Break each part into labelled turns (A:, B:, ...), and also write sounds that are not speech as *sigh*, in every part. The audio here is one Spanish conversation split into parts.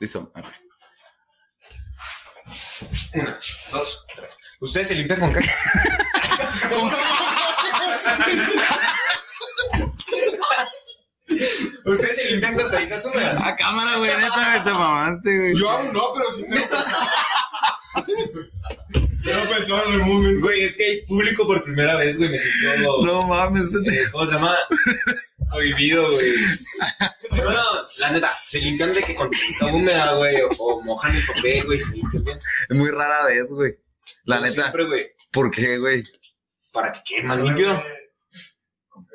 A: Listo. arre.
B: Uno, dos, tres. Usted se limpia con caca. Ustedes se limpian con toallitas húmedas.
A: A cámara, güey, neta, te mamaste, güey.
B: Yo aún no, pero sí tengo No pensaba en el momento. Güey, es que hay público por primera vez, güey. Me siento.
A: No mames, pendejo.
B: eh, ¿Cómo se llama? Cohibido, güey. No, no, la neta, se limpian de que con tinta húmeda, güey, o, o mojan el papel, güey, se limpian bien.
A: Es muy rara vez, güey. La
B: Como
A: neta,
B: Siempre, güey,
A: ¿por qué, güey?
B: para que quede más limpio.
C: O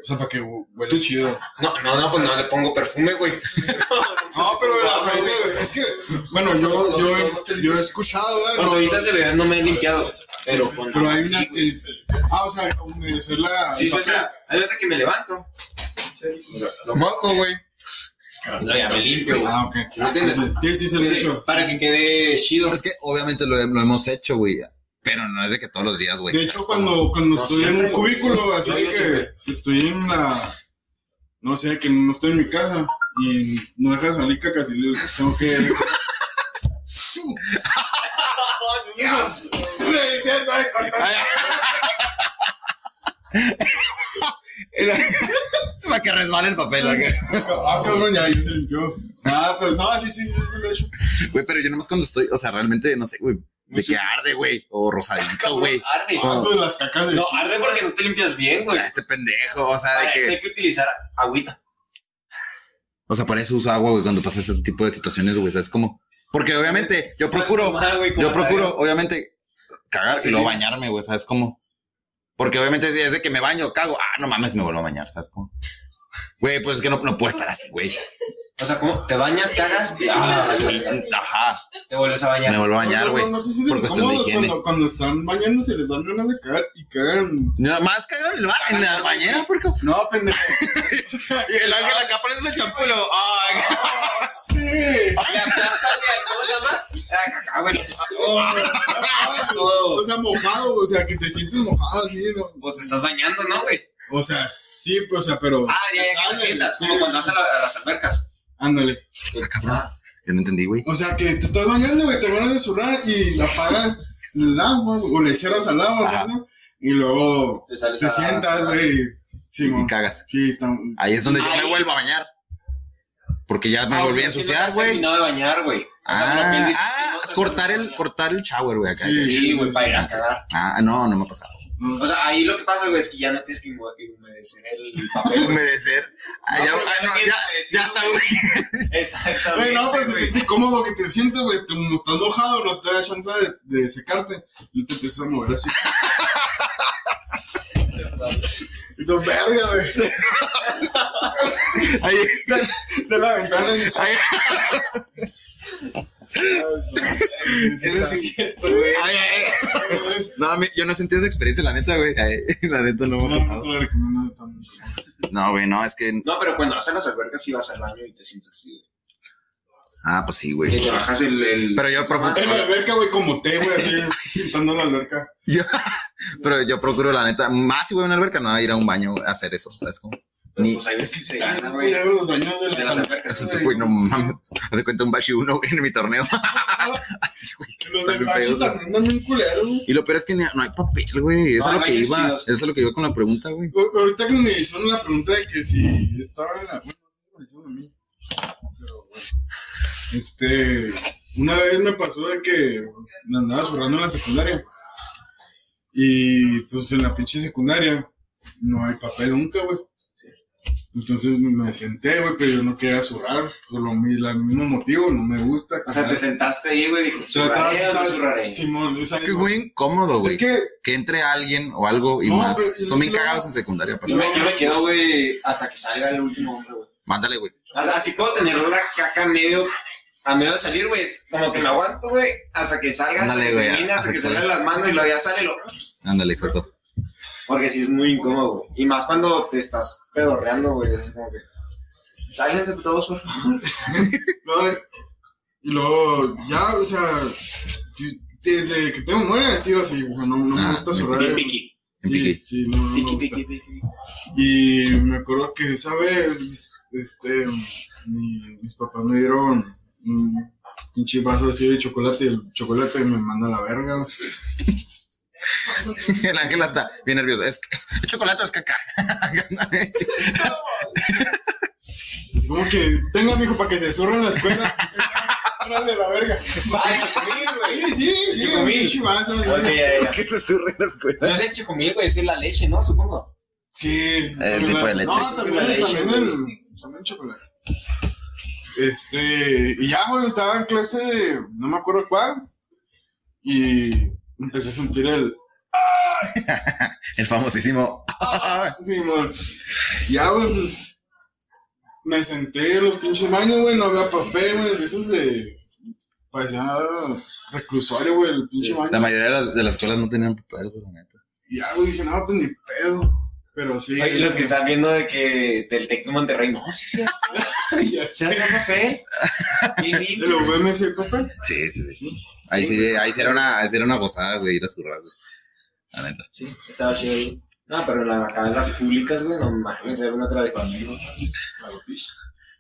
C: sea, para que hu- huele chido.
B: No, no, no, pues no le pongo perfume, güey.
C: *laughs* No, pero la gente, güey, es que, bueno, yo, yo, he- yo he escuchado, güey,
B: Con
C: no,
B: toallitas de bebé no me he limpiado, pero con...
C: pero hay unas que es, ah, o sea, humedecer la,
B: Sí, sí, o
C: el papel.
B: sea, hay veces que me levanto. Lo-
C: lo mojo, güey.
B: Lo, lo ya me limpio, güey.
C: Ah, ok.
B: ¿Sí me entiendes?
C: Sí, sí, Ah, se lo he
B: Sí,
C: hecho.
B: Para que quede chido.
A: Es que obviamente lo, he- lo hemos hecho, güey. Pero no es de que todos los días, güey.
C: De hecho, cuando, cuando
B: No,
C: estoy en
B: siempre,
C: un
B: güey.
C: cubículo,
B: Yo-
C: así
B: yo siempre.
C: que estoy en la. No sé, que no estoy en mi casa y no deja de salir caca, si le tengo que.
B: *laughs* Dios.
A: *laughs* Para que resbale el papel, acá.
C: Ah, cabrón, ya, ya se limpió. Ah, pero no, sí, sí, sí, sí lo he hecho.
A: Güey, pero yo nomás cuando estoy, o sea, realmente, no sé, güey. De que arde, güey. O rosadito,
B: Cabrón,
A: güey.
B: Arde.
C: Ah, pues las cacas de.
B: No, ah, arde porque no te limpias bien, güey.
A: Ah, Este pendejo, o sea, de
B: Para eso
A: que.
B: hay que utilizar agüita.
A: O sea, para eso uso agua, güey, cuando pasa ese tipo de situaciones, güey. ¿Sabes cómo? Porque obviamente, yo procuro.
B: Tomar, güey, como
A: Yo
B: la
A: procuro, obviamente, cagar
B: Sí,
A: y luego
B: sí.
A: bañarme, güey, ¿sabes cómo? Porque obviamente desde que me baño, cago, ah, no mames, me vuelvo a bañar, ¿sabes cómo? Güey, pues es que no, no puedo estar así, güey.
B: verga. O sea, ¿cómo? Te bañas, cagas, y- *laughs* ah,
A: Ajá,
B: te vuelves a
A: me
B: bañar.
A: vuelvo a
C: No,
A: bañar,
C: no,
A: güey.
C: No, no sé si de
A: por cuestión de
C: incómodos
A: higiene.
C: cuando, cuando están bañando se les dan ganas de cagar y cagan.
A: Nada más cagado en, el ba- en la bañera, porque.
C: No, pendejo.
A: Y el ángel acá poniéndose el champú, y luego, ah,
C: Ah, sí.
B: Y aplasta, güey, *laughs* ¿Cómo se llama? Ah, Ah, bueno. Ah, todo.
C: O sea, mojado, o sea, que te sientes mojado así, ¿no?
B: *laughs* Pues te estás bañando, ¿no, güey?
C: O sea, sí, pues, o sea, pero.
B: Ah, ya, ya que
C: Ándale,
B: te sientas,
C: sí,
B: como cuando vas
C: sí,
B: a, la- a las albercas.
C: Ándale.
A: *laughs* Yo no entendí, güey.
C: O sea, que te estás bañando, güey, te van a zurrar y la apagas el agua, güey, o le cierras al agua,
A: Ajá.
C: ¿no? Y luego
B: Te sales
C: te
B: a-
C: sientas, güey. Sí,
A: Y
C: güey.
A: cagas.
C: Sí, está.
A: Ahí es donde yo me
B: Ahí.
A: vuelvo a bañar. Porque ya me
B: Ah, o
A: volví
B: sea,
A: a
B: es que
A: ensuciar,
B: No te has
A: güey.
B: terminado de bañar, güey. O sea, con lo que él
A: Ah,
B: dice,
A: ah,
B: no te has
A: cortar
B: terminado de
A: el,
B: bañar.
A: cortar el shower, güey, acá.
C: Sí.
B: Sí, güey, para ir a cagar.
A: Ah, no, no me ha pasado.
B: O sea, ahí lo que pasa, güey, es que ya no tienes que humo- que humedecer el papel. güey.
A: Humedecer. Ah,
B: No,
A: ya,
B: pero
A: ah,
B: no
A: no, ya,
B: tienes que humedecer,
A: ya está,
B: güey.
A: güey.
B: *laughs* Exactamente.
C: Güey, no, pero
B: güey.
C: se
B: pues,
C: siente cómodo que te sientes, güey, te- como estás mojado, no te da chance de, de secarte. Y te empiezas a mover así. *laughs* Y tú, verga, güey.
A: Ahí,
C: *laughs* De la ventana.
A: ahí,
B: Eso sí es
A: *laughs*
B: cierto, güey.
A: ahí, ahí. No, a mí- yo no sentí esa experiencia, la neta, güey. Ay, *laughs* La neta no me
C: No,
A: ha
C: no
A: pasado.
C: te lo recomiendo también.
A: No, güey, no, es que.
B: No, pero cuando vas a las albercas sí vas al baño y te sientes así,
A: Ah, pues sí,
B: güey. Que
A: güey.
B: te bajas el... el-
A: Pero yo, profu-
C: En la alberca, güey, como té, güey, *laughs* así, pintando la alberca.
A: yo- pero yo procuro, la neta, más si voy a una alberca, no ir a un baño a hacer eso, ¿sabes cómo? Ni,
B: Pues ahí ves que se
C: Están
B: gana, güey.
C: culeros los baños de
B: De
C: las
B: las
C: albercas.
B: albercas.
A: eso
B: sí,
A: sí, güey,
B: güey.
A: no mames. Hace cuenta un bashi uno güey, en mi *laughs* torneo. Así, güey.
C: Los
A: Están
C: del
A: bien
C: baño
A: feos, güey.
C: también andan bien culeros, güey.
A: Y lo peor es que ni- no hay papel, güey. Eso
B: No,
A: es lo
B: hay
A: que
B: baños
A: iba.
B: chidos.
A: Eso es lo que iba con la pregunta, güey.
C: O- Ahorita que me hicieron la pregunta de que si estaba en la. Bueno, no sé si me la hicieron a mí. Pero bueno. Este. Una vez me pasó de que me andaba zurrando en la secundaria. Y pues en la pinche secundaria no hay papel nunca, güey. Entonces me senté, güey, pero yo no quería zurrar. Por lo mi- la- mismo motivo, no me gusta.
B: O sea, te sentaste ahí, güey, y
C: O sea, estaba-
B: zurraré o no
C: estaba-
B: zurraré.
C: Simón, o sea,
A: Es que es muy incómodo, güey.
C: Es que
A: que entre alguien o algo y
C: No,
A: más.
C: pero- y
A: Son bien
C: luego-
A: cagados en secundaria,
B: Yo
A: pero
B: me, yo me quedo, güey, hasta que salga el último hombre, güey.
A: mándale, güey.
B: O sea, así puedo tener una caca medio, a medio de salir, güey. es Como que me aguanto, güey, hasta que salga, hasta
A: Ándale,
B: que
A: güey,
B: termine, hasta
A: hasta
B: que
A: que
B: salgan
A: salga.
B: las manos y luego ya sale lo...
A: Ándale, exacto. *laughs*
B: Porque sí es muy incómodo, güey. Y más cuando te estás pedorreando, güey. Es como que... Sálganse todos, por favor.
C: No, y luego, ya, o sea, yo- desde que tengo memoria he sido así, o sea, no, no me
A: Ah,
C: gusta
A: bien
C: zurrar.
B: Bien piqui.
A: En
C: Sí,
A: piqui.
C: sí, no, no me
B: Piqui,
C: gusta.
B: piqui, piqui.
C: Y me acuerdo que, ¿sabes? Este, mi- mis papás me dieron mm, pinche vaso así de chocolate y el chocolate me manda a la verga. güey.
A: El ángel hasta bien nervioso. Es, que- es chocolate, o es caca. *laughs*
C: Así como que tenga, mijo, para que se zurre en la escuela. *laughs* Órale, la verga.
B: *laughs* Ah, el chocomil, güey.
C: Sí, sí, sí, un
B: Chocomil.
C: pinche vaso. así.
B: Ok, ya, ya.
A: que se surre en la escuela?
B: No es el chocomil, güey, es la leche, ¿no? Supongo.
C: Sí.
A: El tipo de leche.
C: No, también,
B: La leche,
C: también,
B: güey.
C: el, también el chocolate. Este, y ya, güey, estaba en clase, no me acuerdo cuál, y empecé a sentir el...
A: El famosísimo.
C: Sí, mon. Ya, güey, pues, me senté en los pinches baños, güey, no había papel, güey, de esos de... Parecía reclusorio, güey, el pinche baño.
A: La mayoría de las, de las escuelas no tenían papel, pues, la neta.
C: Y ya, güey, dije, no, pues, ni pedo. Pero sí.
B: Oye, los que están viendo de que del Tecno Monterrey, no, sí, sí.
C: *laughs* Ya sé.
B: ¿Se hace papel? Bien
C: ¿De
B: limpio.
C: los UMC hay papel?
A: Sí, sí, sí. Ahí sí, ahí sí era una, ahí sí era una gozada, güey, ir a zurrar, güey. La neta.
B: Sí, estaba chido ahí. No, pero la, acá en las públicas, güey, no mames, era una travesía.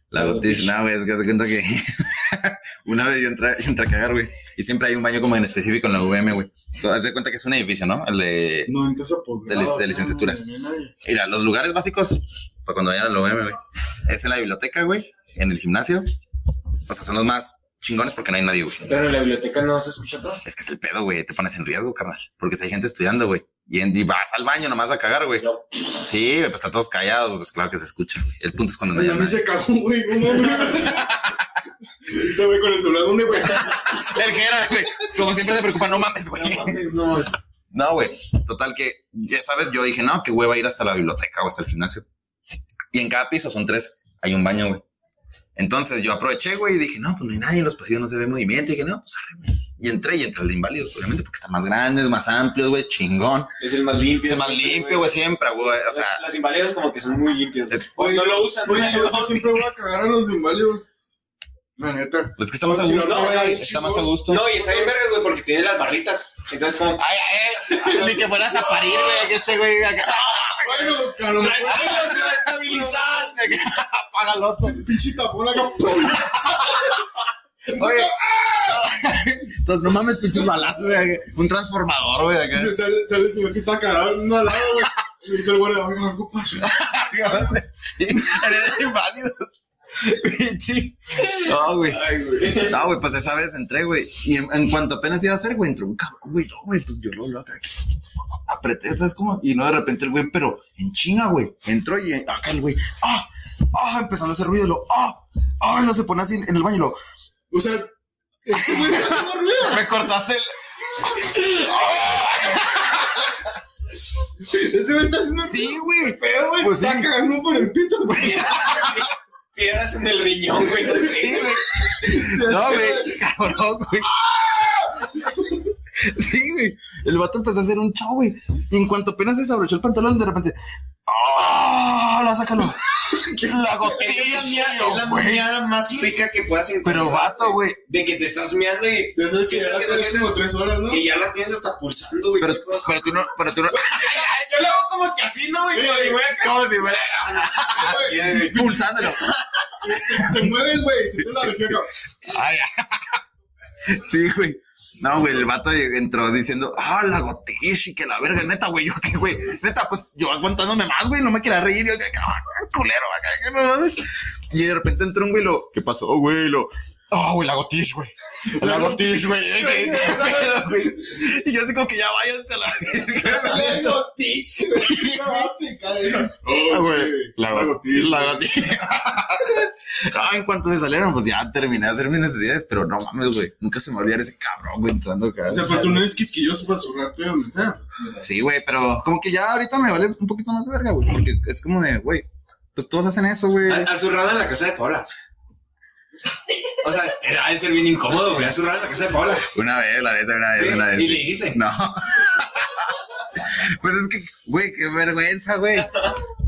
A: La gotis, no, güey, es que te cuenta que *laughs* una vez yo entré, yo entré a cagar, güey. Y siempre hay un baño como en específico en la VM, güey. So, haz de cuenta que es un edificio, ¿no? El de.
C: No, entonces a posgrado.
A: De lic- de
C: no,
A: licenciaturas.
C: no, no, no, no.
A: Mira, los lugares básicos para cuando vayan a la UM, güey. Es en la biblioteca, güey. En el gimnasio. O sea, son los más chingones porque no hay nadie, güey.
B: Pero en la biblioteca no se escucha todo.
A: Es que es el pedo, güey. Te pones en riesgo, carnal. Porque si hay gente estudiando, güey. Y, en- y vas al baño nomás a cagar, güey.
B: No.
A: Sí, güey, pues está todos callados, güey, pues claro que se escucha, güey. El punto es cuando no
C: Ay,
A: hay
C: a mí
A: nadie.
C: se cagó, güey. No mames. Este güey con el celular, ¿dónde, güey?
A: El que era, güey. Como siempre se preocupa, no mames, *laughs* güey.
C: No mames, no.
A: No, güey. Total que, ya sabes, yo dije, no, que hueva ir hasta la biblioteca o hasta el gimnasio. Y en cada piso son tres. Hay un baño, güey. Entonces yo aproveché, güey, y dije, no, pues no hay nadie en los pasillos, no se ve movimiento. Y dije, no, pues arre, güey. Y entré y entré al de inválidos, obviamente, porque están más grandes, más amplios, güey, chingón.
B: Es el más limpio.
A: Es más
B: siempre,
A: limpio, güey, siempre, güey. O sea,
B: Los- los inválidos como que son muy limpios.
A: Es-
B: O no lo usan,
C: Oye,
B: güey.
C: yo, yo siempre voy a cagar a los inválidos. La neta.
A: pues es que está más a
C: No,
A: gusto,
B: no,
A: güey.
B: güey,
A: Está más a gusto.
B: No, y está bien vergas, güey, porque tiene las barritas. Entonces, como.
A: Ay, ay, ay, ni que fueras a parir, güey, que este güey acá. *laughs*
C: Bueno, a lo mejor
B: ¡Tranquilo, se va a estabilizar!
A: Apaga el otro.
C: el pinche tapón *laughs* acá. ¡pum!
A: Oye. *laughs* Entonces, no mames, pinches balazos, güey. Un transformador, güey,
C: Y
A: acá. *laughs*
C: se sale, sale el señor que está cagando al lado, güey. Y me dice el guardia, "Oiga, algo pasó.
B: "Ah,
A: Sí, eres inválido. Pinche. No, güey.
B: Ay, güey.
A: No, güey, pues esa vez entré, güey. Y en, en cuanto apenas iba a ser, güey, entró un cabrón, güey. No, güey, pues yo lo, lo acá. Apreté, ¿sabes cómo? Y no de repente el güey, pero en chinga, güey. Entró y acá el güey, ah, ah, empezando a hacer ruido, lo, ah, ah, no se pone así en, en el baño, lo.
C: O sea, este güey está haciendo ruido.
A: Me cortaste el.
C: Este güey está haciendo ruido.
A: Sí, güey.
C: Pero, güey,
A: Pues
C: está
A: sí.
C: cagando por el pito, güey.
B: Piedras en el riñón, güey. no sé, güey.
A: *laughs* No, güey, cabrón, güey. *laughs* Sí, güey. El vato empezó a hacer un show, güey. Y en cuanto apenas desabrochó el pantalón, de repente. ¡Ah! ¡La
B: *laughs*
A: sácalo! ¡La
B: Esa Es la
A: gotilla!
B: mía- es la
A: güey.
B: miada más rica que puedas encontrar.
A: Pero vato, güey.
B: De que te estás meando y
C: De eso que
B: Sí,
C: ya
B: es que
C: hace
B: no
C: como tres horas, ¿no?
B: que ya la tienes hasta pulsando, güey.
A: Pero,
B: Qué cosa.
A: pero tú no, pero tú
B: *laughs*
A: no.
B: Yo lo hago como que así, ¿no? güey? Como si voy a
A: ¿Cómo si fuera?
B: caer.
A: Pulsándolo.
C: Te mueves, güey. Si te la dejé acá.
A: Ay, *laughs* sí, güey. No, güey, el vato entró diciendo, ah, la gotish y que la verga, neta, güey, yo qué, güey, neta, pues yo aguantándome más, güey, no me quiera reír, yo, ah, culero, acá, que no mames. Y de repente entró un güey, lo, ¿qué pasó, güey? Lo, ah, güey, la gotish, güey, la gotish, güey, eh, qué- qué pedo, güey. *laughs* Y yo así como que ya váyanse a la verga, güey.
B: Lego Tish, güey. No voy a aplicar eso.
A: Ah,
C: Oh,
A: güey.
C: sí.
A: La
C: La
A: gotilla. La gotilla. *laughs* Ah, en cuanto se salieron, pues ya terminé de hacer mis necesidades, pero no mames, güey. Nunca se me olvidar ese cabrón, güey, entrando acá.
C: O sea, pero tú no eres quisquilloso para zurrarte donde sea.
A: Sí, güey, pero como que ya ahorita me vale un poquito más de verga, güey. Porque es como de, güey, pues todos hacen eso, güey.
B: A- Azurrada en la casa de Paola. O sea, este, ha de ser bien incómodo, güey. Azurrada en la casa de Paola.
A: Una vez, la neta, una
B: Sí,
A: vez, una vez.
B: y
A: güey.
B: le hice.
A: No. *laughs* pues es que, güey, qué vergüenza, güey.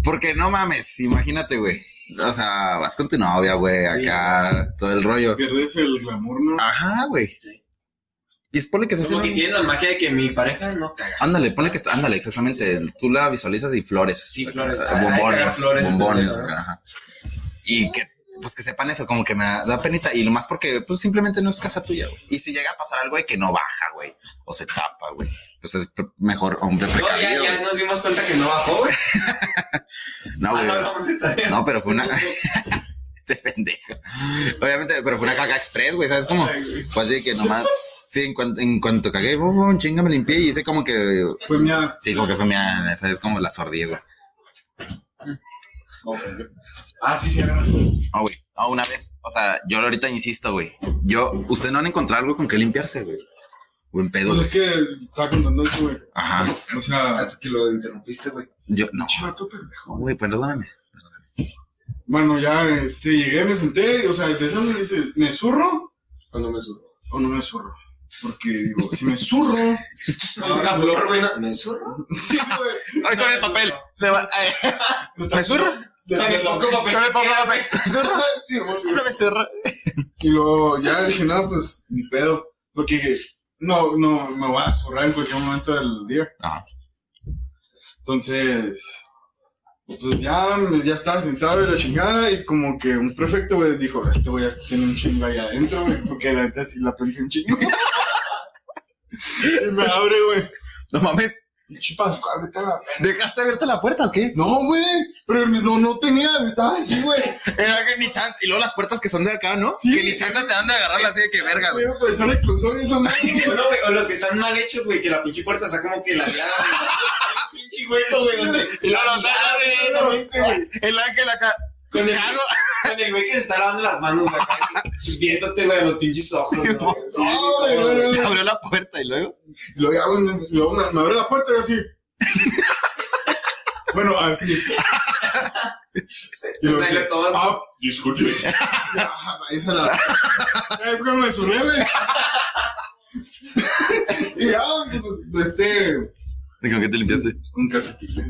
A: Porque no mames, imagínate, güey. O sea, vas con tu novia, güey,
B: Sí.
A: acá, todo el rollo.
C: Pierdes el glamour, ¿no?
A: Ajá, güey.
B: Sí.
A: Y es ponle que se hace.
B: Como que tiene la magia de que mi pareja no caga.
A: Ándale, ponle que. Ándale, exactamente. Tú la visualizas y flores.
B: Sí, flores.
A: Eh,
B: Ay,
A: Bombones.
B: cagar flores.
A: bombones.
B: Ajá.
A: ajá. Y que pues que sepan eso, como que me da penita. Y lo más porque, pues simplemente no es casa tuya, güey. Y si llega a pasar algo, güey, que no baja, güey, o se tapa, güey. Pues es pre- mejor hombre
B: No, ya,
A: precavido.
B: ya
A: güey.
B: nos dimos cuenta que no bajó, güey.
A: No,
B: Ah,
A: güey.
B: no, no, sí, también.
A: No, pero fue una. *laughs* Este pendejo. Obviamente, pero fue una caca express, güey, ¿sabes cómo?
B: Ay, güey.
A: Fue así que nomás. Sí, en cuanto, en cuanto cagué, bum, bum, chinga, me limpié y hice como que.
C: Fue mía.
A: Sí, como que fue mi. ¿Sabes? Como la sordía, güey.
B: Ah, sí, sí, era.
A: No, güey. No, una vez. O sea, yo ahorita insisto, güey. Yo. Usted no van a encontrar algo con que limpiarse, güey. Buen pedo,
C: Pues
A: güey.
C: es que estaba contando eso, güey.
A: Ajá.
C: O sea,
B: Así que lo interrumpiste, güey.
A: Yo. No.
C: chivato pendejo.
A: No, Güey, perdóname.
C: Bueno, ya este, llegué, me senté, o sea, de esas me dice, ¿me zurro
B: Cuando me surro.
C: o no me zurro? Porque digo, si me zurro, *laughs*
B: Como una flor, güey. ¿Me surro?
C: sí, güey.
A: Ay, con el papel. Me va- ay, ¿Me zurro?
C: De-
B: Con
C: de
B: el
C: la-
B: poco papel.
A: Con el papel. ¿Me
B: Ah,
A: zurro?
C: Sí, hermoso.
A: ¿No me zurro?
C: Y luego ya dije, no, pues, ni pedo. Porque dije, no, no, me voy a zurrar en cualquier momento del día.
A: Ajá.
C: Entonces, pues ya, me- ya estaba sentado y la chingada. Y como que un prefecto, güey, dijo, este güey ya tiene un chingo ahí adentro, güey. Porque la neta sí la pensé un chingo. y me abre, güey.
A: No mames.
C: Chipas, ábrete a la verga.
A: ¿Dejaste abierta la puerta o qué?
C: No, güey, pero no, no tenía, estaba así, güey.
A: Era Eh, que ni chance. Y luego las puertas que son de acá, ¿no?
C: Sí.
A: Que ni chance te dan de agarrarla así de que verga,
C: Güey,
A: güey.
C: pues son inclusión esa madre, güey.
B: No, güey, o los que están mal hechos, güey, que la pinche puerta está como que la ah, *laughs* pinche hueco, güey, donde.
A: Y luego las agarra, güey.
B: Exactamente, güey.
A: El ángel *laughs* acá.
B: Con el-
A: Cago.
B: Con el güey que se está lavando las manos, güey, acá, *laughs* viéndote, güey, a los pinches ojos, güey.
A: No,
B: Sí,
C: güey,
B: güey.
C: no, no.
A: Abrió la puerta y luego.
C: Y luego ya, güey, me, luego me, me abrió la puerta y yo
B: *laughs*
C: así. bueno, así. Y luego
B: Se sale
C: así,
B: todo.
C: Ah, disculpe.
B: *laughs*
C: Ah, esa la. Ahí fue cuando me surré, güey. *laughs* y ya, pues, este.
A: ¿Con qué te limpiaste?
C: Con calcetín.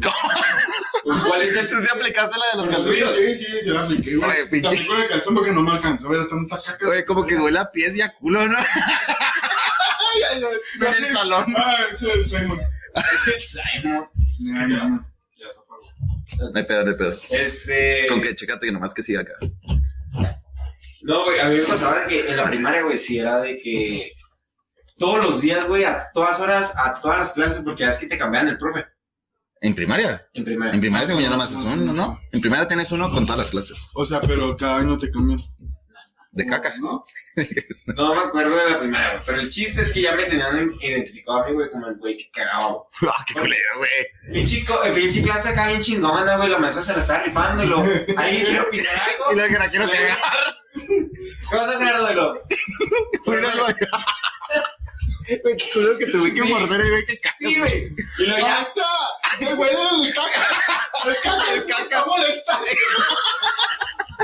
B: Pues, ¿Cuál es el
A: *laughs*
B: *laughs*
A: Sí, sí, aplicaste la de los calzones.
B: calzones?
C: Sí, sí, se la apliqué,
A: Oye,
C: güey.
A: pinche.
C: También con el calzón porque no me alcanzó a ver tanta caca.
A: Güey, como que huele a pies y a culo, ¿no?
C: Ay, ay, ay.
A: En el talón.
C: Ah, soy, soy muy.
B: Simon?
C: Ya, ya, ya se apagó.
A: No hay pedo, no hay pedo.
B: Este.
A: Con que chécate que nomás que siga acá.
B: No, güey, a mí me pasaba que en la primaria, güey, sí era de que todos los días, güey, a todas horas, a todas las clases, porque ya es que te cambiaban el profe
A: ¿En primaria?
B: en primaria.
A: En primaria, según yo, nomás es uno, ¿no? En primaria tienes uno con todas las clases.
C: O sea, pero cada año te cambian.
A: De caca.
C: ¿No?
B: No me acuerdo de la primaria, güey, pero el chiste es que ya me tenían identificado a mí, güey, como el güey que cagaba. güey.
A: *laughs* ¡Ah, qué culero, güey!
B: Pinche, co- eh, pinche clase acá bien chingona, güey, la maestra se la está rifando y lo... Alguien quiere opinar
A: *laughs* Y
B: algo.
A: la que la quiero cagar. *laughs*
B: *laughs* ¿Qué vas a opinar de lo?
A: Fuera al baño. *laughs* Güey, qué culero que tuve que
B: Sí.
A: morder y güey, que caca.
B: Sí, güey. Y
A: *laughs*
B: lo ya...
C: ¡Basta! ¡El güey de mi caca! ¡El caca es que está molestando!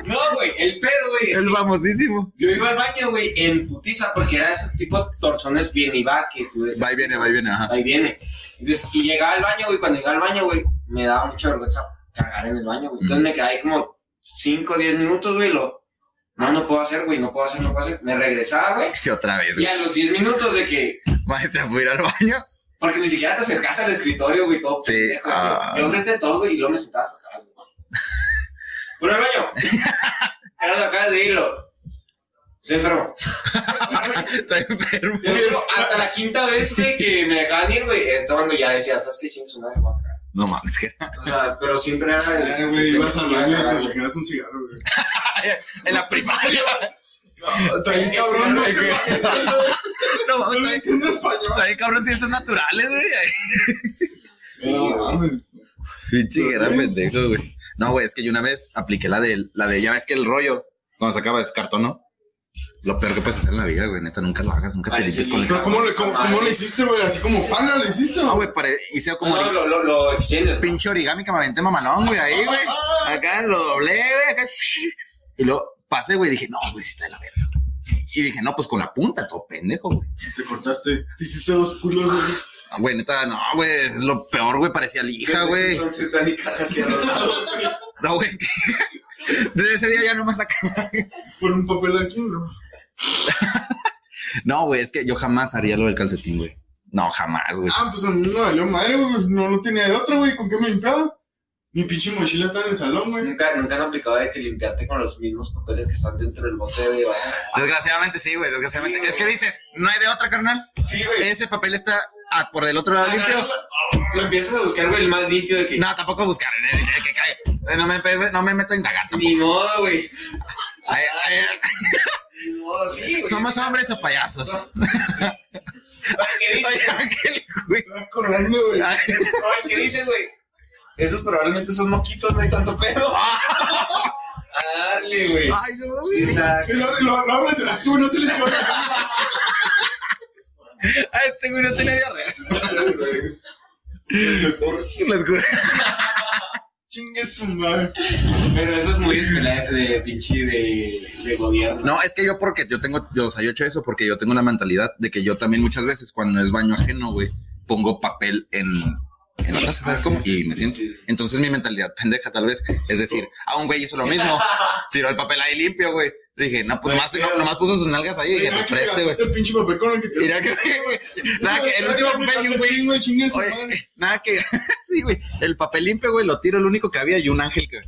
B: No, güey, el pedo, güey. es
A: El famosísimo.
B: Yo iba al baño, güey, en putiza, porque era esos tipos torzones bien y va, que tú decías,
A: Va y viene, va y viene, ajá.
B: ahí viene. Entonces, y llegaba al baño, güey, cuando llegaba al baño, güey, me daba mucha vergüenza cagar en el baño, güey. Entonces me quedé ahí como 5 o 10 minutos, güey, lo, no, no puedo hacer, güey, no puedo hacer, no puedo hacer. Me regresaba, güey,
A: Y *laughs* otra vez,
B: y
A: güey.
B: a los 10 minutos de que,
A: Maestra, ¿puedo ir al baño? *laughs*
B: porque ni siquiera te acercas al escritorio, güey, todo.
A: Sí,
B: pendejo, güey.
A: ah.
B: Yo frente de todo, güey, y luego me sentaba hasta atrás,
A: *laughs*
B: güey. Pero el baño, ahora te acabas de irlo. Se enfermo.
A: Estoy enfermo.
B: Yo digo, hasta la quinta vez, güey, que me dejaban ir, güey, estaba cuando ya decía, ¿sabes qué chingue su madre? voy a cagar".
A: No mames, que.
B: O sea, pero siempre era... de-
C: Ay, güey, ibas al baño y
B: cagar,
C: te
B: güey.
C: sacabas un cigarro, güey.
A: En la primaria.
C: Está bien cabrón,
B: no,
C: güey.
A: güey. No
C: No
A: mames, está
C: le
A: bien-
C: entiendo español.
A: está bien cabrón ciencias naturales, güey.
B: Sí,
C: No,
B: güey.
C: mames.
A: Pinche que era pendejo, güey. No, güey, es que yo una vez apliqué la de, la de, ya ves que el rollo, cuando se acaba es cartón, ¿no? Lo peor que puedes hacer en la vida, güey, neta, nunca lo hagas, nunca te
B: Ay,
A: limpies
B: sí.
A: con el
C: Pero
A: cartón.
C: ¿cómo le, cómo, cómo le hiciste, güey? Así como pana le hiciste,
A: No,
C: güey.
A: güey, pare- hice como
B: No,
A: ori-
B: lo, lo, lo extiendes. güey.
A: pinche origami que me aventé mamalón, güey, ahí, güey. Acá lo doblé, güey, acá. Y luego pasé, güey, dije, no, güey, sí está de la verga. Y dije, no, pues con la punta, todo pendejo, güey.
C: Te cortaste. Te hiciste dos culos, güey.
A: No, Ah, Güey, neta, no, güey, es lo peor, güey, parecía lija, güey.
B: Entonces están y cagas hacia los *laughs* lados, güey.
A: No, güey. *laughs* Desde ese día ya no me saca.
C: Por un papel aquí, ¿no?
A: No, güey, es que yo jamás haría lo del calcetín, güey. No, jamás, güey.
B: Ah.
C: Ah, pues a mí me valió madre, güey. pues, No, no tenía de otra, güey. ¿Con qué me limpiaba? Mi pinche mochila está en el salón, güey.
B: Nunca, nunca han aplicado de que limpiarte con los mismos papeles que están dentro del bote de basura.
A: Desgraciadamente sí, güey, desgraciadamente.
B: Sí, güey.
A: es que dices, no hay de otra, carnal.
B: Sí,
C: Eh,
B: güey.
A: Ese papel está ah, por del otro lado limpio.
B: Agarras la- Lo empiezas a buscar, güey, el más limpio de que.
A: No, tampoco buscar en el que cae. Eh, No me, pe- no me meto a indagar.
C: pues.
A: tampoco.
B: Ni modo, güey.
A: Ay, ay,
B: Ni modo, sí,
A: ay.
B: güey.
A: Somos hombres o payasos.
B: ¿Qué
A: *laughs* Soy
C: *laughs*
B: dices?
A: Ángel, güey.
C: Estaba acordando, güey.
A: Ay,
B: No, el que dices, güey. Esos probablemente son moquitos, no hay tanto pedo. A darle, güey.
A: ay, no,
B: Sí,
A: güey.
B: está.
C: Y Lo, lo, lo abres, serás tú, no se les puede.
A: Ay, Este güey no tiene diarrea.
C: Les corre.
A: Los cura.
C: Chingue su madre.
B: Pero eso es muy escuela de, de pinche de, de gobierno.
A: No, es que yo porque yo tengo, yo, o sea, yo he hecho eso porque yo tengo la mentalidad de que yo también muchas veces cuando es baño ajeno, güey, pongo papel en, en la taza, ¿sabes Ah, cómo? Y me siento. Entonces mi mentalidad pendeja tal vez es decir, ah, un güey hizo lo *laughs* mismo, tiró el papel ahí limpio, güey. Dije, no, pues
B: Güey,
A: más, no,
B: pero-
A: nomás puso sus nalgas ahí y dije,
C: Mira
A: no,
C: que
A: preste, güey.
C: gastaste el pinche papel con el que
A: *laughs*
C: te. *laughs*
A: Mira *laughs* que, güey, nada que el último papel y un güey.
C: güey. Chingue su madre.
A: Oye, nada que, *laughs* sí, güey, el papel limpio, güey, lo tiro, lo único que había y un ángel que,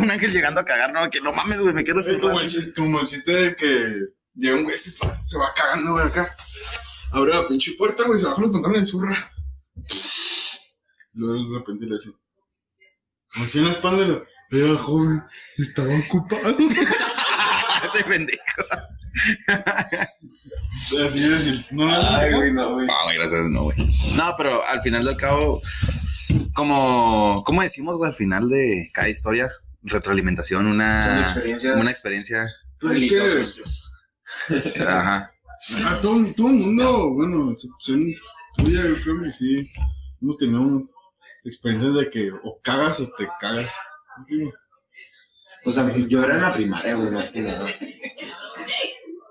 A: un ángel llegando a cagar, no, que no mames, güey, me quedo
C: Sí,
A: sin
C: como,
A: rato.
C: el chiste, como el chiste de que llega un güey, se, va- se va cagando, güey, acá. Abre la pinche puerta, güey, se baja los pantalones de zurra. Luego de repente le hace. Así en la espalda, lo- Vea, joven, estaba ocupado.
A: *laughs* Te bendigo.
C: Así es, el- no
B: Ay,
C: no,
B: güey, no, güey.
A: No, güey, gracias, no, güey. No, pero al final del cabo, como, ¿cómo decimos, güey, al final de cada historia? Retroalimentación,
B: Son
A: una,
B: experiencias pues,
A: una experiencia.
B: religiosas.
A: Ajá.
C: A Ah, todo, todo el mundo, bueno, excepción tuya, yo creo que sí. Hemos tenido un- experiencias de que o cagas o te cagas.
B: Pues a veces yo era en la primaria, güey, más que nada.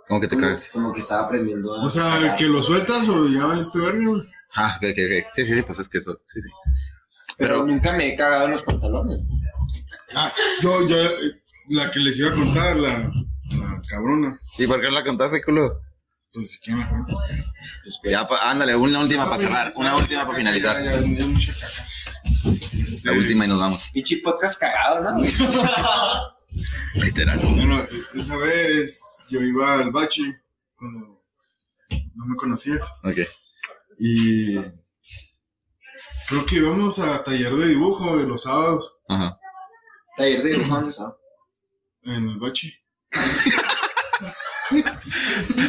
A: ¿Cómo que te
B: Como-
A: cagas?
B: Como que estaba aprendiendo a.
C: O sea, que lo sueltas o ya valiste verga, güey.
A: Ah, ok, ok, ok. Sí, sí, sí, pues es que eso, sí, sí.
B: Pero nunca me he cagado en los pantalones.
C: Ah, yo, yo, eh, la que les iba a contar, la, la cabrona.
A: ¿Y por qué no la contaste, culo?
C: Pues, ¿quién la cuenta?
B: Pues, güey,
A: Ya, pa- ándale, una última para
C: Ah,
A: cerrar,
C: pues,
A: una
C: ya,
A: última para
C: ya,
A: finalizar.
C: ya, ya, ya, mucha caca. Este,
A: La última y nos vamos.
B: Pinche podcast cagado,
C: *laughs*
B: ¿no? güey?
A: Literal.
C: Bueno, esa vez yo iba al bache cuando no me conocías.
A: Ok.
C: Y creo que íbamos a taller de dibujo de los sábados
A: Ajá.
B: Taller de dibujantes, ¿no?
C: en el bache.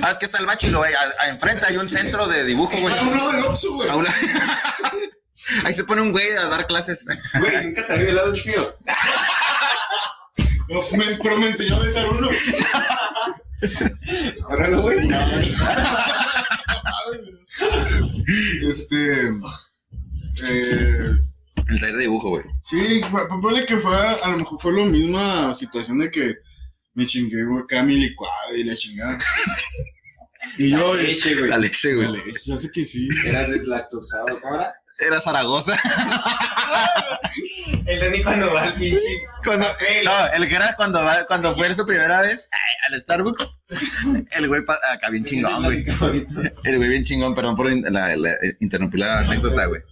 A: Ah, es que está el bachilo, güey. a- a- Enfrente hay un centro de dibujo, güey.
C: Ah, no, el Oxxo, güey.
A: A una- *laughs* Ahí se pone un güey a dar clases.
B: Güey, nunca te había violado un chido.
C: No, me- Pero me enseñó a besar uno.
B: Ahora no, güey.
C: Este. Eh,
A: El taller de dibujo, güey.
C: Sí, pa- pa- ponle que fue, a lo mejor fue la misma situación de que me chingué güey, acá mi licuado y la chingada. y yo,
B: Yo,
C: eh,
B: eche, güey.
A: La leche, güey.
C: vale, ya sé que sí.
B: Eras deslactosado, ¿cómo era?
A: Era Zaragoza. *laughs*
B: El Dani cuando va al pinche.
A: Cuando,
B: Ok,
A: no, el que era cuando, va- cuando fue su primera vez ay, al Starbucks. *laughs* El güey pa- acá bien chingón, güey. El Eh, güey bien chingón, perdón por in- la, la- interrumpir la anécdota, güey.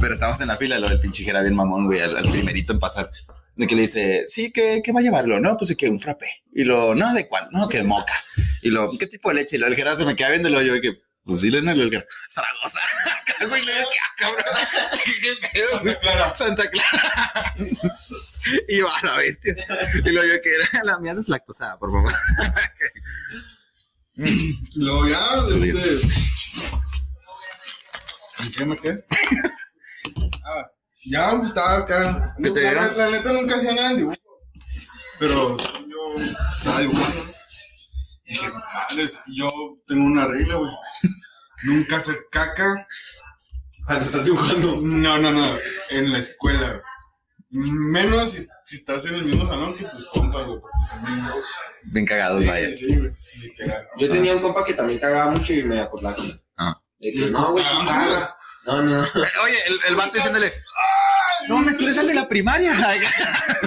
A: Pero estábamos en la fila, lo del pinche que era bien mamón, güey, al, al primerito en pasar. De que le dice, sí, ¿qué, ¿qué va a llevarlo? No, pues que un frappé. Y lo, no, ¿de cuál? No, que moca. Y lo, ¿qué tipo de leche? Y lo, el Gerardo se me queda viéndolo, yo, de que, pues dile, no, Y lo, el Gerardo, Zaragoza. *laughs* Acá, güey, le digo, "Ah, cabrón, *laughs* qué pedo, güey. Santa Clara. *laughs* y va la bestia. Y lo yo que era la mía deslactosada, por favor. *laughs*
C: Y luego ya,
A: Sí.
C: este. ¿En qué *laughs* me quedé? Ah, ya pues, estaba acá.
A: ¿Qué te
C: La-
A: dieron?
C: La, la neta nunca hacía nada en dibujo. Pero sí, yo estaba dibujando. Dije, madres, yo tengo una regla, güey. Nunca hacer caca.
A: Ah,
B: Cuando estás dibujando.
C: No, no, no. En la escuela. güey. Menos si, si estás en el mismo salón que tus compas, güey. porque también-
A: Bien cagados, Pues vaya.
C: Sí, sí, güey. Literal.
B: Yo tenía un compa que también cagaba mucho y me acordaba. con él.
A: Ah.
B: De
C: ¿Le
B: que no, güey,
C: cortaban
B: no cagas. No, no, no.
A: Oye, el, el vato diciéndole, no me estresan de la primaria. *laughs*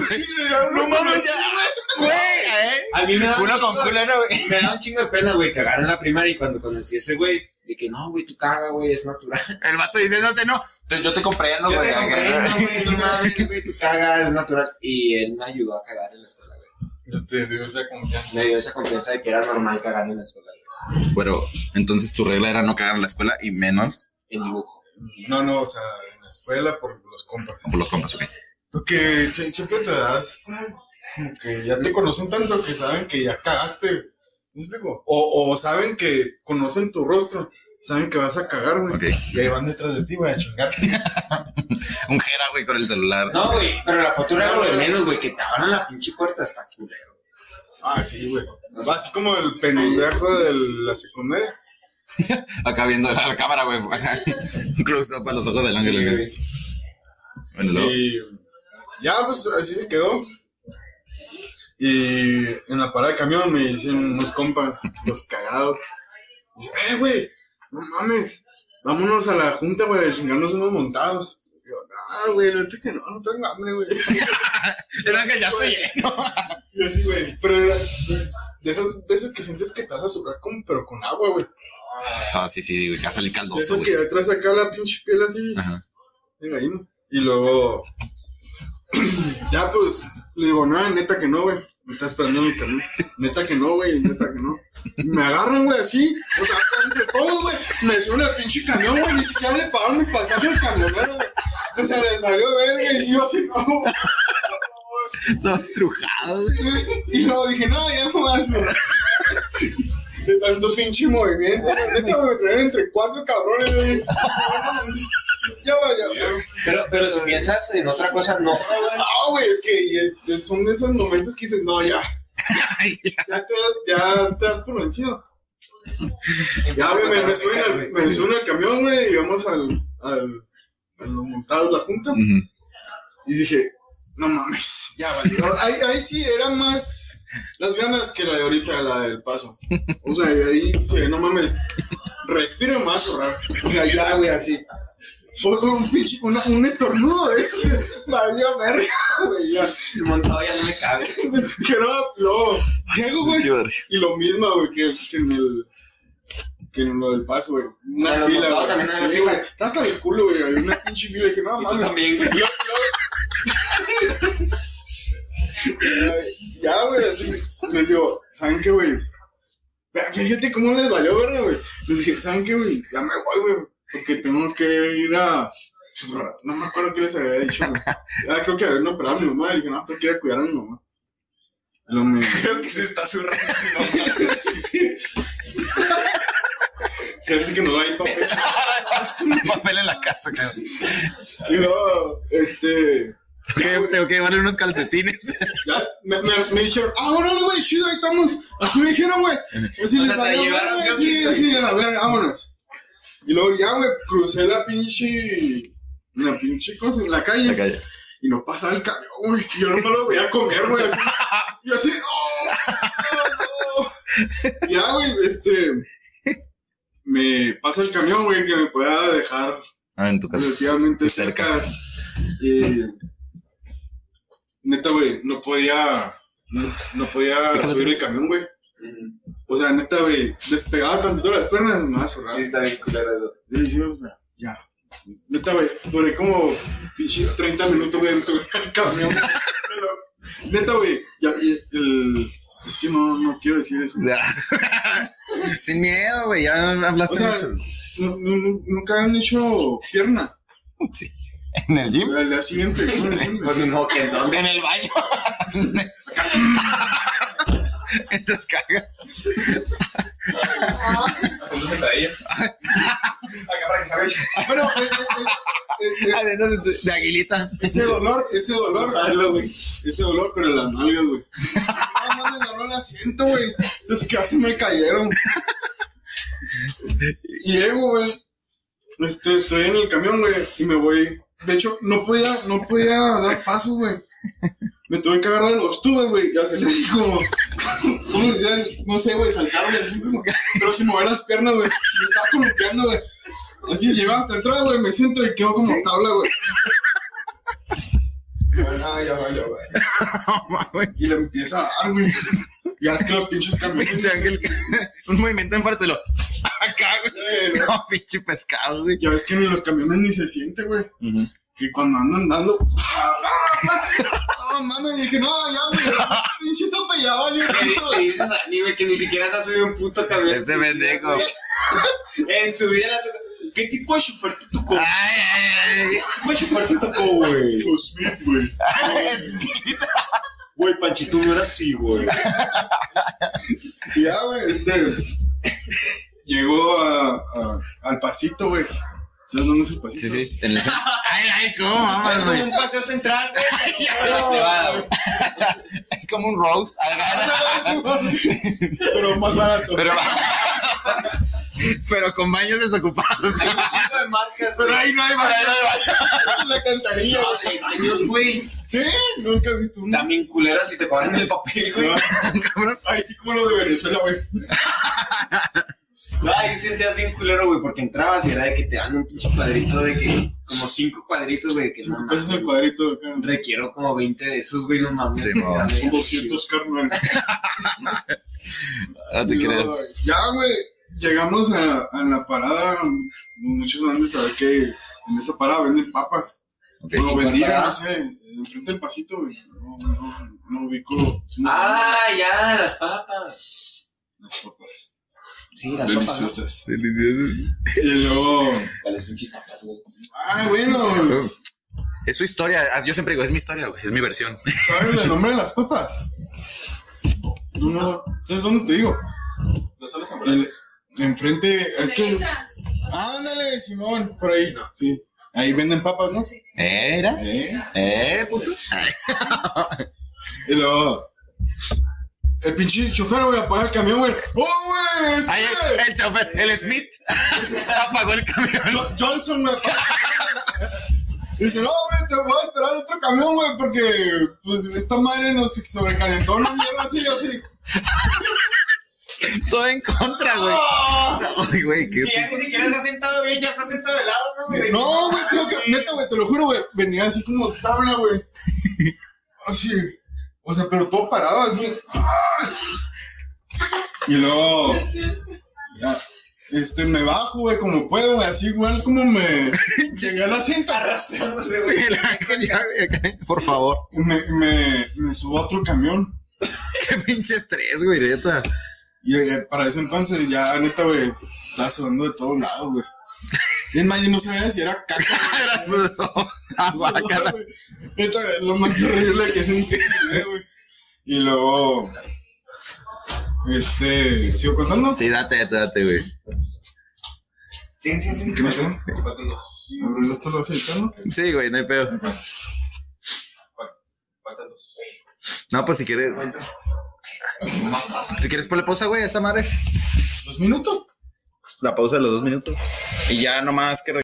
C: Sí, güey, ya
A: no mames,
C: conocí,
A: ya, güey. ¿eh?
B: A mí me da un
A: Uno con
B: chingo-
A: culo, ¿no, güey?
B: Me da un chingo de pena, güey, cagar en la primaria y cuando conocí a ese güey, De que no, güey, tú caga, güey, es natural.
A: El vato diciéndote no, te- yo te comprendo,
B: Yo
A: güey.
B: te
A: acá.
B: comprendo, *laughs* güey, no mames, güey, tú cagas, es natural. Y él me ayudó a cagar en la escuela, güey.
C: Yo te digo esa confianza.
B: Me dio esa confianza de que era normal cagar en la escuela, güey.
A: Pero entonces tu regla era no cagar en la escuela y menos
B: En dibujo.
C: No, no, o sea, en la escuela por los compas.
A: por los compas, ok.
C: Porque si- siempre te das como, como que ya te conocen tanto que saben que ya cagaste. ¿Me explico? O, o saben que conocen tu rostro. Saben que vas a cagar, güey.
A: Ok.
C: Y ahí van detrás de ti, güey, a chingarte.
A: Un jera, güey, con el celular.
B: No, güey, pero la foto era lo de menos, güey, que te abran la pinche puerta hasta culero.
C: Ah, sí, güey. Así como el pendejo de la secundaria.
A: Acá viendo la, la cámara,
B: *laughs*
A: güey. acá. Un close up a los ojos del ángel.
C: Sí,
A: güey.
C: güey.
A: Bueno, luego.
C: Y ya, pues así se quedó. Y en la parada de camión me dicen unos compas, los cagados. Dice, eh, güey, no mames, vámonos a la junta, güey, a chingarnos unos montados. Y yo, ah, güey, ahorita que no, no tengo hambre, güey. *laughs*
A: El ángel ya estoy lleno.
C: Y así, güey, pero era pues, de esas veces que sientes que te vas a sobrar con, pero con agua, güey.
A: Ah, sí, sí, güey. que Va a salir
C: De
A: caldoso,
C: esas
A: güey.
C: que atrás acá la pinche piel así.
A: Ajá.
C: de gallina. Y luego, *clears throat* ya pues, le digo, no, neta que no, güey. Me está esperando en el camión. Neta que no, güey, neta que no. Y me agarran, güey, así. O sea, entre todos, güey. Me suena el pinche camión, güey. Ni siquiera le pagaron mi pasaje al camionero, güey. O sea, les valió verga y yo así, no.
A: Todos trujados, güey.
C: Y luego dije, no, ya no vas. De tanto pinche movimiento. Neta, me traen entre cuatro cabrones, güey. Ya valió, güey.
B: Pero, pero si piensas en otra cosa, no.
C: No, güey, es que ya- ya son esos momentos que dices, no, ya,
A: Ay,
C: *laughs* ya te, ya te das por vencido. Ya, güey, me, me suben al, me suben al camión, güey, y vamos al, al, a lo montado de la junta.
A: Ujú.
C: Y dije, no mames, ya valió. Ahí, ahí sí eran más las ganas que la de ahorita, la del paso. O sea, y ahí dice, no mames, respiro más, ahorrar. O sea, ya, güey, así. Fue como un pinche, una- un estornudo de eso. *laughs* Valió verga, güey, ya.
B: El montado ya no me cabe.
C: que no, luego llego, güey.
A: Qué *laughs* verga.
C: Y lo mismo, güey, que, que en el. Que en lo del paso, güey. Una
B: Pero
C: fila,
B: los montados
C: güey.
B: también
C: Sí,
B: eran fila.
C: güey. Está hasta el culo, güey. Había una pinche fila. Dije, no,
B: Y tú
C: mames.
B: también, güey.
C: Ya, güey, así. Les digo, ¿saben qué, güey? Ve- Fíjate cómo les valió, verga, güey. Les dije, ¿saben qué, güey? Ya me voy, güey. Porque tengo que ir a. No me acuerdo qué les había dicho, güey. Ya creo que habían operado a mi mamá. Le dije, no, tengo que ir a cuidar a mi mamá. Lo me...
B: Creo que se está zurrando.
C: *laughs* Se hace que no va a ir papel.
A: Papel en la casa, cabrón.
C: Y luego, este.
A: Tengo que- Tengo que llevarle unos calcetines.
C: Ya, me, me, me dijeron, ah, vámonos, güey, chido, ahí estamos. Así me dijeron, güey. Así
B: O
C: les
B: sea, te
C: valió,
B: llevaron,
C: güey,
B: yo aquí
C: Sí,
B: estoy.
C: sí, a la verga, vámonos. Y luego ya, güey, crucé la pinche. La pinche cosa en la calle. Y no pasaba el camión, güey. Yo no me lo voy a comer, güey. así. Yo así, no, no, no. Ya, güey, este. Me pasa el camión, güey, que me pueda dejar
A: Ah, en tu casa.
C: relativamente
A: Cerca.
C: cerca. Y neta, güey, no podía, no, no podía
A: Fíjate.
C: subir el camión, güey. O sea, neta, güey, despegaba tantito las pernas, me más
B: Sí, está bien culero eso.
C: Sí, sí, o sea, ya. Neta, güey, duré como pinches 30 minutos, güey, en subir al camión. Pero, neta, güey, ya, y el, es que no, no quiero decir eso.
A: *laughs* Sin miedo, güey. Ya hablaste
C: O sea,
A: mucho. *laughs*
C: Nu- nu- Nunca han hecho pierna.
A: Sí. En el gym.
C: Al día siguiente, *laughs* ¿no?
B: Pues ni modo que en dónde.
A: En el baño. *laughs* Estas cagas.
B: Haciendo sentadilla. Agarra que sabe.
C: Bueno, eh, eh, eh, eh,
A: Adentro Ah, de- De aguilita.
C: Ese dolor, ese dolor.
B: Hazlo, güey.
C: Ese dolor, pero las nalgas, güey. No, mames, no, no la siento, güey. Los que así me cayeron. Y Llego, güey. Este, estoy en el camión, güey, y me voy. De hecho, no podía, no podía dar paso, güey. Me tuve que agarrar de los tubos, güey. Y hacerle así como. ¿Cómo se dice? No sé, güey, saltarme así como. Pero sin mover las piernas, güey. Me estaba columpiando, güey. Así llevaba hasta atrás, güey. Me siento y quedo como tabla, güey. Ah, ya valió, güey.
A: No mames.
C: Y le *laughs* empieza a dar, güey. Ya es que los pinches camiones.
A: Pinche ángel. Un movimiento en falso. y lo- acá, güey. No, pinche pescado, güey.
C: Ya ves que ni los camiones ni se siente, güey. Que cuando andan dando. *laughs* ¡ah, No mames, dije, no, ya, güey. Pinche tope ya valió pito.
B: Le dices a Anime que ni siquiera se ha subido un puto camión. en
A: Ese
B: su vida,
A: pendejo.
B: güey. En su vida la tocó. ¿Qué tipo de chofer te tocó?
A: Ay, ay,
B: ¿Qué tipo de chofer te tocó, güey?
C: Pues Smith, güey.
A: ay. Es-
B: Güey, Panchito no era así, güey.
C: Y ya, güey, este. Llegó a, a- al pasito, güey. ¿Sabes dónde es el pasito?
A: Sí, sí. En el centro. Ay, ay, cómo mamas,
B: Es como
A: güey.
B: un paseo central, güey.
A: *laughs* no.
B: Privada, güey.
A: Es como un rose. Ay, ay, ay.
C: *laughs* Pero más barato.
A: Pero, pero con baños desocupados.
B: Hay un chingo de marcas, güey.
C: Pero ahí no hay
A: Para ir
C: barato.
A: al baño.
C: *laughs* La cantarilla,
B: No,
C: güey.
B: hace años, güey.
C: Sí, nunca he visto una.
B: También culeras si te cobran el papel, güey.
A: *laughs* Cabrón.
C: Ay, sí, como lo de Venezuela,
B: *laughs*
C: güey.
B: No, ahí sentías bien culero, güey, porque entrabas y era de que te dan un pinche cuadrito de que, como cinco cuadritos, güey, que no
C: Cinco
B: mames,
C: pesos pues, el cuadrito, acá.
B: requiero como 20 de esos, güey, no mames.
A: Sí, mo.
B: Ya,
C: Son
B: güey.
C: 200, carnal.
A: No Ah, te
C: Y
A: creas.
C: luego, Ya, güey, llegamos a, a la parada. Muchos han de saber que en esa parada venden papas.
A: Ok.
C: Lo vendían,
B: parada?
C: no sé, enfrente del pasito, güey. No, no, no ubico. no sé,
B: Ah, ya, las papas.
C: Las papas.
B: Sí, las papas.
C: Deliciosas.
A: Delicioso.
C: Y luego.
B: ¿no? ¿Cuáles pinches papas, güey?
C: Ah, bueno.
A: Es su historia. Ah, Yo siempre digo, es mi historia, güey. Es mi versión.
C: ¿Saben el nombre de las papas? No, no. ¿Sabes dónde te digo?
D: Los solos
C: El-
D: ambulantes.
C: enfrente. Es que. Ándale, Simón, por ahí. Sí. Ahí venden papas, ¿no?
A: Era.
C: Eh.
A: Eh, puto.
C: Y luego. El pinche chofer, güey, apaga el camión, güey. ¡Oh, güey!
A: Ay, el,
C: ¡Espere!
A: el chofer, el Smith, *laughs* apagó el camión.
C: Jo- Johnson, güey. apaga el camión, güey. Dice, no, güey, te voy a esperar otro camión, güey, porque, pues, esta madre nos sobrecalentó una mierda así, así.
A: Todo en contra, güey.
C: ¡Ah!
A: Ay, güey, qué
B: Y ya ni siquiera se ha sentado bien, ya se ha sentado de lado, ¿no, güey?
C: No, güey, tío, que, neta, güey, te lo juro, güey. Venía así como tabla, güey. Así. O sea, pero todo parado, así. ¡Ah! Y luego. ya, este, me bajo, güey, como puedo, güey. Así, igual como me. Llegué a la cinta.
B: Arrastrándose, güey.
A: *laughs* El ángel, ya, güey, acá, Por favor.
C: Y me, me, me subo a otro camión.
A: *laughs* Qué pinche estrés, güey, neta.
C: Y eh, para ese entonces, ya, neta, güey, estaba sudando de todos lados, güey. Es más, yo no sabía si era caca.
A: Era sudor. Guácala.
C: Ah, Neta, lo más horrible que es un video, güey. Y luego. Este. ¿Sigo contando?
A: Sí, date, date, güey.
B: Sí, sí, sí.
C: ¿Qué pasó?
D: Faltan dos.
C: ¿Abrí los toros así, ¿no?
A: Sí, güey, no hay pedo.
D: Faltan dos.
A: No, pues si quieres. Si quieres ponle pausa, güey, a esa madre.
C: ¿Dos minutos?
A: La pausa de los dos minutos. Y ya nomás que